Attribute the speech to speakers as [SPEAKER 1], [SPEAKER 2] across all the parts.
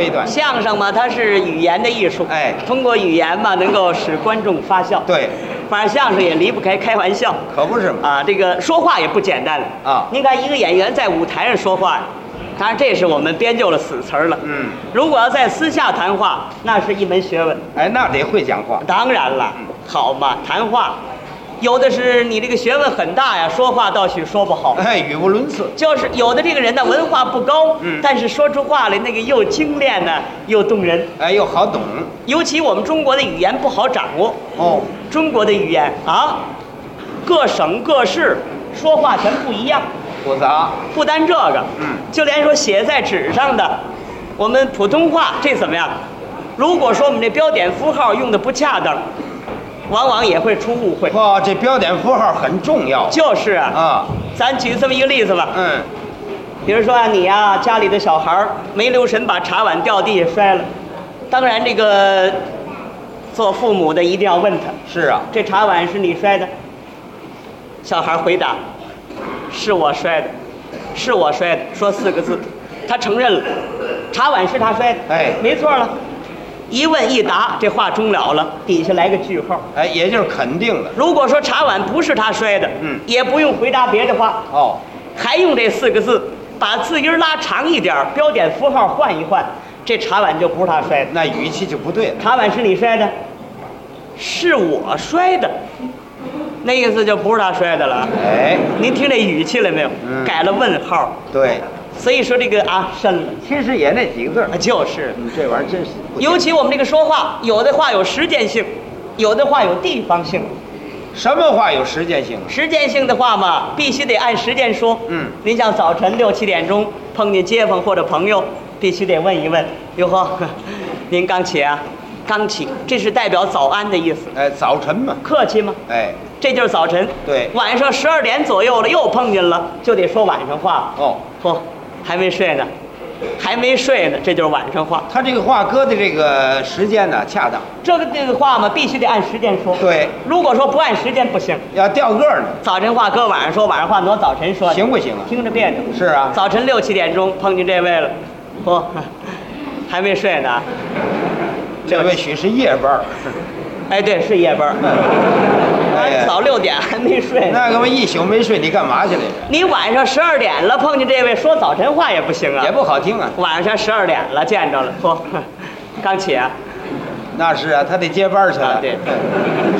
[SPEAKER 1] 一段。
[SPEAKER 2] 相声嘛，它是语言的艺术，
[SPEAKER 1] 哎
[SPEAKER 2] 通过语言嘛，能够使观众发笑。
[SPEAKER 1] 对，
[SPEAKER 2] 反正相声也离不开开玩笑
[SPEAKER 1] 可不是嘛。
[SPEAKER 2] 啊，这个说话也不简单了
[SPEAKER 1] 啊
[SPEAKER 2] 您看一个演员在舞台上说话，当然这是我们编就了死词儿了。
[SPEAKER 1] 嗯，
[SPEAKER 2] 如果要在私下谈话，那是一门学问。
[SPEAKER 1] 哎，那得会讲话。
[SPEAKER 2] 当然了，
[SPEAKER 1] 嗯
[SPEAKER 2] 好嘛，谈话，有的是你这个学问很大呀，说话倒许说不好。
[SPEAKER 1] 哎，语无伦次。
[SPEAKER 2] 就是有的这个人呢，文化不高，
[SPEAKER 1] 嗯
[SPEAKER 2] 但是说出话来那个又精炼呢，又动人。
[SPEAKER 1] 哎，又好懂。
[SPEAKER 2] 尤其我们中国的语言不好掌握，
[SPEAKER 1] 哦，
[SPEAKER 2] 中国的语言啊，各省各市说话全不一样。
[SPEAKER 1] 复杂。
[SPEAKER 2] 不单这个，
[SPEAKER 1] 嗯
[SPEAKER 2] 就连说写在纸上的，我们普通话这怎么样？如果说我们这标点符号用的不恰当，往往也会出误会。
[SPEAKER 1] 哇，这标点符号很重要。
[SPEAKER 2] 就是啊，
[SPEAKER 1] 啊，
[SPEAKER 2] 咱举这么一个例子吧，
[SPEAKER 1] 嗯，
[SPEAKER 2] 比如说啊，你呀、家里的小孩儿没留神把茶碗掉地下摔了，当然这个做父母的一定要问他，
[SPEAKER 1] 是啊。
[SPEAKER 2] 这茶碗是你摔的？小孩回答：“是我摔的，是我摔的。”说四个字，他承认了，茶碗是他摔的，
[SPEAKER 1] 哎
[SPEAKER 2] 没错了。一问一答，这话终了了，底下来个句号。
[SPEAKER 1] 哎，也就是肯定了。
[SPEAKER 2] 如果说茶碗不是他摔的，
[SPEAKER 1] 嗯
[SPEAKER 2] 也不用回答别的话，
[SPEAKER 1] 哦，
[SPEAKER 2] 还用这四个字，把字音儿拉长一点儿，标点符号换一换，这茶碗就不是他摔的。
[SPEAKER 1] 那语气就不对了。
[SPEAKER 2] 茶碗是你摔的，是我摔的，那意思就不是他摔的了。
[SPEAKER 1] 哎，
[SPEAKER 2] 您听这语气了没有？
[SPEAKER 1] 嗯
[SPEAKER 2] 改了问号，
[SPEAKER 1] 对，
[SPEAKER 2] 所以说这个啊深了，
[SPEAKER 1] 其实也那几个字儿。
[SPEAKER 2] 就是。
[SPEAKER 1] 你这玩意儿真是不
[SPEAKER 2] 尤其我们这个说话，有的话有时间性，有的话有地方性。
[SPEAKER 1] 什么话有时间性啊？
[SPEAKER 2] 时间性的话嘛，必须得按时间说。
[SPEAKER 1] 嗯
[SPEAKER 2] 您像早晨六七点钟碰见街坊或者朋友，必须得问一问：“哟呵，您刚起啊？”刚起，这是代表早安的意思，
[SPEAKER 1] 哎，早晨嘛。
[SPEAKER 2] 客气吗？
[SPEAKER 1] 哎，
[SPEAKER 2] 这就是早晨。
[SPEAKER 1] 对
[SPEAKER 2] 晚上十二点左右了，又碰见了，就得说晚上话。
[SPEAKER 1] 哦，
[SPEAKER 2] 嚯、还没睡呢，还没睡呢，这就是晚上话。
[SPEAKER 1] 他这个话搁的这个时间呢恰当，
[SPEAKER 2] 这个这个话嘛，必须得按时间说。，
[SPEAKER 1] 对，
[SPEAKER 2] 如果说不按时间不行，
[SPEAKER 1] 要掉个儿呢，
[SPEAKER 2] 早晨话搁晚上说，晚上话挪早晨说，
[SPEAKER 1] 行不行啊？
[SPEAKER 2] 听着别扭。
[SPEAKER 1] 是啊，
[SPEAKER 2] 早晨六七点钟碰见这位了，嚯、还没睡呢。
[SPEAKER 1] 这位许是夜班儿，
[SPEAKER 2] 哎，对，是夜班儿，
[SPEAKER 1] 哎呀
[SPEAKER 2] 早六点还没睡呢。
[SPEAKER 1] 那个嘛一宿没睡，你干嘛去来着？
[SPEAKER 2] 你晚上十二点了碰见这位说早晨话也不行啊。
[SPEAKER 1] 也不好听啊。
[SPEAKER 2] 晚上十二点了，见着了，嚯，刚起啊，
[SPEAKER 1] 那是啊，他得接班儿去
[SPEAKER 2] 啊
[SPEAKER 1] 了。
[SPEAKER 2] 对，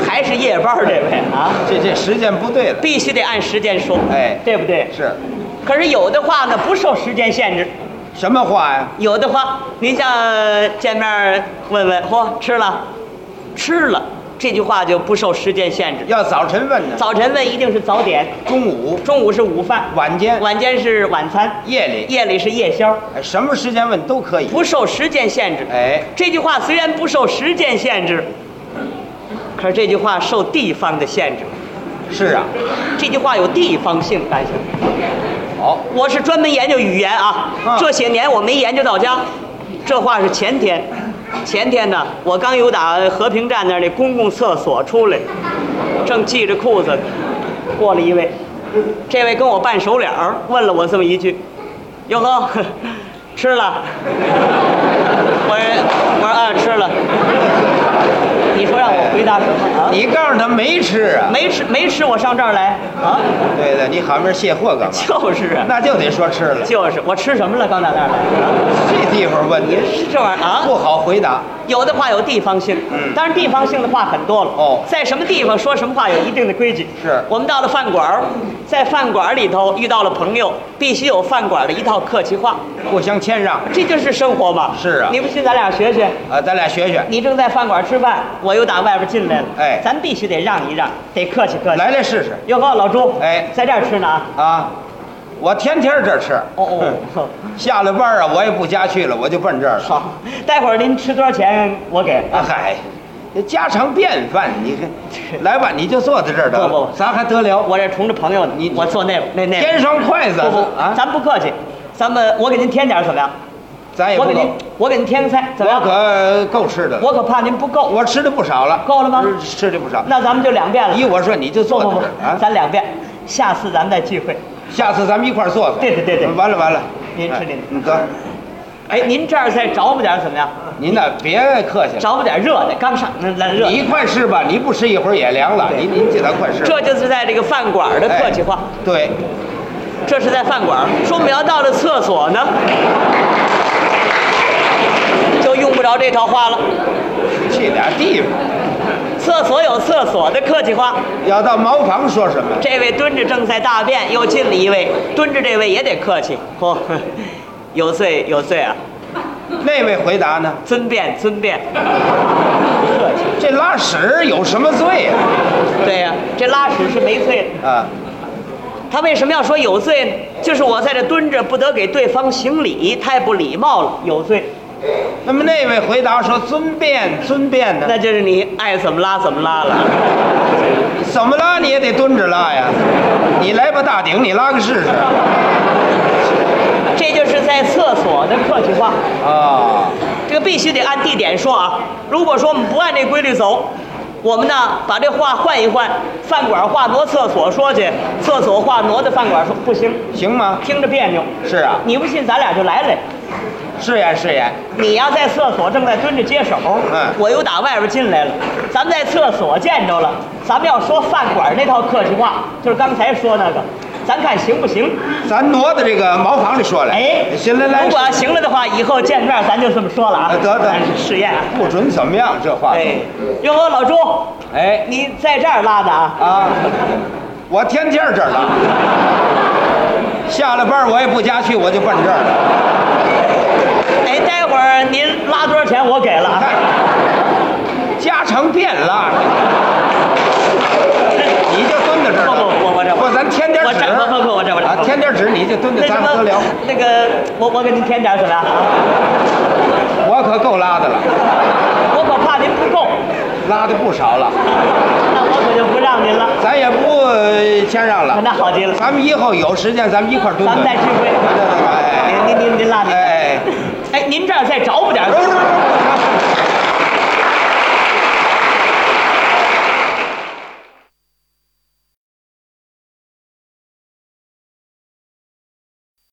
[SPEAKER 2] 还是夜班儿这位 啊，
[SPEAKER 1] 这这时间不对了。
[SPEAKER 2] 必须得按时间说，
[SPEAKER 1] 哎
[SPEAKER 2] 对不对？
[SPEAKER 1] 是，
[SPEAKER 2] 可是有的话呢，不受时间限制，
[SPEAKER 1] 什么话呀？
[SPEAKER 2] 有的话，您像呃见面儿问问，嚯，吃了，吃了，这句话就不受时间限制。
[SPEAKER 1] 要早晨问呢，
[SPEAKER 2] 早晨问一定是早点，
[SPEAKER 1] 中午、
[SPEAKER 2] 中午是午饭，
[SPEAKER 1] 晚间、
[SPEAKER 2] 晚间是晚餐，
[SPEAKER 1] 夜里，
[SPEAKER 2] 夜里是夜宵，
[SPEAKER 1] 哎什么时间问都可以。
[SPEAKER 2] 不受时间限制。
[SPEAKER 1] 哎，
[SPEAKER 2] 这句话虽然不受时间限制，可是这句话受地方的限制。
[SPEAKER 1] 是啊，
[SPEAKER 2] 这句话有地方性，感谢。
[SPEAKER 1] 好，
[SPEAKER 2] 我是专门研究语言啊，
[SPEAKER 1] 嗯
[SPEAKER 2] 这些年我没研究到家。这话是前天，前天呢，我刚由打和平站那儿那公共厕所出来，正系着裤子呢，过了一位，这位跟我扮熟脸儿，问了我这么一句：“哟呵，吃了？” 我说：“我说啊，吃了。”你说让我回答什么啊？
[SPEAKER 1] 你告诉他没吃啊？
[SPEAKER 2] 没吃没吃，我上这儿来啊？
[SPEAKER 1] 对的，你喊门卸货干嘛？
[SPEAKER 2] 就是啊，
[SPEAKER 1] 那就得说吃了。
[SPEAKER 2] 就是我吃什么了？刚到那儿来啊？
[SPEAKER 1] 这地方问您
[SPEAKER 2] 是这玩意儿啊？
[SPEAKER 1] 不好回答。
[SPEAKER 2] 有的话有地方性，
[SPEAKER 1] 嗯
[SPEAKER 2] 当然地方性的话很多了。
[SPEAKER 1] 哦
[SPEAKER 2] 在什么地方说什么话有一定的规矩。
[SPEAKER 1] 是
[SPEAKER 2] 我们到了饭馆儿，在饭馆儿里头遇到了朋友，必须有饭馆儿的一套客气话，
[SPEAKER 1] 互相谦让
[SPEAKER 2] 这就是生活嘛。
[SPEAKER 1] 是啊
[SPEAKER 2] 你不信咱俩学学？
[SPEAKER 1] 啊，咱俩学学，
[SPEAKER 2] 你正在饭馆儿吃饭，我又打外边进来了，
[SPEAKER 1] 哎
[SPEAKER 2] 咱必须得让一让，得客气客气。
[SPEAKER 1] 来来试试
[SPEAKER 2] 哟呵，老朱，
[SPEAKER 1] 哎
[SPEAKER 2] 在这儿吃呢啊？
[SPEAKER 1] 啊！我天天这儿吃，
[SPEAKER 2] 哦哦。
[SPEAKER 1] 下了班啊，我也不家去了，我就奔这儿了。
[SPEAKER 2] 好，待会儿您吃多少钱我给。
[SPEAKER 1] 啊嗨，这家常便饭，你看，来吧，你就坐在这儿得了，
[SPEAKER 2] 不不不
[SPEAKER 1] 咱还得了？
[SPEAKER 2] 我这同着朋友呢，
[SPEAKER 1] 你
[SPEAKER 2] 我坐那边那那边
[SPEAKER 1] 添双筷子
[SPEAKER 2] 不不
[SPEAKER 1] 啊，
[SPEAKER 2] 咱不客气，咱们我给您添点儿怎么样？
[SPEAKER 1] 咱也
[SPEAKER 2] 我
[SPEAKER 1] 不
[SPEAKER 2] 给您
[SPEAKER 1] 够，
[SPEAKER 2] 我给您添个菜怎么
[SPEAKER 1] 我
[SPEAKER 2] 样？
[SPEAKER 1] 可够吃的了，
[SPEAKER 2] 我可怕您不够，
[SPEAKER 1] 我吃的不少了，
[SPEAKER 2] 够了吗
[SPEAKER 1] 吃吃的不少。
[SPEAKER 2] 那咱们就两遍了。
[SPEAKER 1] 依我说，你就
[SPEAKER 2] 不
[SPEAKER 1] 坐
[SPEAKER 2] 不
[SPEAKER 1] 在
[SPEAKER 2] 不
[SPEAKER 1] 这儿，啊，
[SPEAKER 2] 咱两遍，下次咱们再聚会。
[SPEAKER 1] 下次咱们一块儿坐坐。
[SPEAKER 2] 对对对对
[SPEAKER 1] 完了完了，
[SPEAKER 2] 您吃
[SPEAKER 1] 哎
[SPEAKER 2] 您的
[SPEAKER 1] 你得。
[SPEAKER 2] 哎，您这儿再着吧点儿怎么样？
[SPEAKER 1] 您呢别客气了，
[SPEAKER 2] 着吧点儿热的，刚上那那热的
[SPEAKER 1] 你快吃吧，你不吃一会儿也凉了。您您记得快吃。
[SPEAKER 2] 这就是在这个饭馆儿的客气话，
[SPEAKER 1] 哎对，
[SPEAKER 2] 这是在饭馆儿。说我们要到了厕所呢，就用不着这套话了。
[SPEAKER 1] 去点地方。
[SPEAKER 2] 厕所有厕所的客气话。
[SPEAKER 1] 要到茅房说什么？
[SPEAKER 2] 这位蹲着正在大便，又进了一位，蹲着这位也得客气。嚯、有罪有罪啊！
[SPEAKER 1] 那位回答呢？
[SPEAKER 2] 尊便尊便。
[SPEAKER 1] 这拉屎有什么罪呀、
[SPEAKER 2] 对呀、这拉屎是没罪的。
[SPEAKER 1] 啊？
[SPEAKER 2] 他为什么要说有罪呢？就是我在这蹲着，不得给对方行礼，太不礼貌了，有罪。
[SPEAKER 1] 那么那位回答说：“尊便，尊便呢
[SPEAKER 2] 那？就是你爱怎么拉怎么拉了。
[SPEAKER 1] 怎么拉你也得蹲着拉呀！你来吧，大顶，你拉个试试啊
[SPEAKER 2] 这就是在厕所的客气话，！”
[SPEAKER 1] 啊
[SPEAKER 2] 这个必须得按地点说啊。如果说我们不按这规律走，我们呢把这话换一换，饭馆话挪厕所说去，厕所话挪到饭馆说，不行，
[SPEAKER 1] 行吗？
[SPEAKER 2] 听着别扭。
[SPEAKER 1] 是啊，
[SPEAKER 2] 你不信，咱俩就来来。
[SPEAKER 1] 是呀，是呀。
[SPEAKER 2] 你要在厕所正在蹲着接手，
[SPEAKER 1] 嗯
[SPEAKER 2] 我又打外边进来了，咱们在厕所见着了，咱们要说饭馆那套客气话，就是刚才说那个，咱看行不行？
[SPEAKER 1] 咱挪到这个茅房里说来。
[SPEAKER 2] 哎，
[SPEAKER 1] 行来来
[SPEAKER 2] 如，果行了的话，以后见面咱就这么说了啊。
[SPEAKER 1] 得得
[SPEAKER 2] 咱试验啊。
[SPEAKER 1] 不准怎么样？这话。
[SPEAKER 2] 哎，哟，老朱，
[SPEAKER 1] 哎
[SPEAKER 2] 你在这儿拉的啊？
[SPEAKER 1] 啊，我天天这儿拉。下了班我也不家去，我就奔这儿了。
[SPEAKER 2] 哎，待会儿您拉多少钱我给了啊？
[SPEAKER 1] 看 家常便拉着， 你就蹲在这儿
[SPEAKER 2] 不
[SPEAKER 1] 了。
[SPEAKER 2] 不，我我这
[SPEAKER 1] 不，咱添点
[SPEAKER 2] 我
[SPEAKER 1] 纸。
[SPEAKER 2] 这不不不，我这我这
[SPEAKER 1] 啊，添点纸，你就蹲着，
[SPEAKER 2] 那什
[SPEAKER 1] 咱们
[SPEAKER 2] 么
[SPEAKER 1] 多聊。
[SPEAKER 2] 那个，我我给您添点儿怎么样啊？
[SPEAKER 1] 我可够拉的了，
[SPEAKER 2] 我可怕您不够，
[SPEAKER 1] 拉的不少了，
[SPEAKER 2] 那我可就不让您了。
[SPEAKER 1] 咱也不呃谦让了。
[SPEAKER 2] 那好极了，
[SPEAKER 1] 咱们以后有时间，咱们一块儿蹲
[SPEAKER 2] 咱们
[SPEAKER 1] 蹲。
[SPEAKER 2] 再聚会。
[SPEAKER 1] 哎
[SPEAKER 2] 您您您您拉您。
[SPEAKER 1] 哎哎
[SPEAKER 2] 哎，您这儿再找补点儿
[SPEAKER 1] 哎，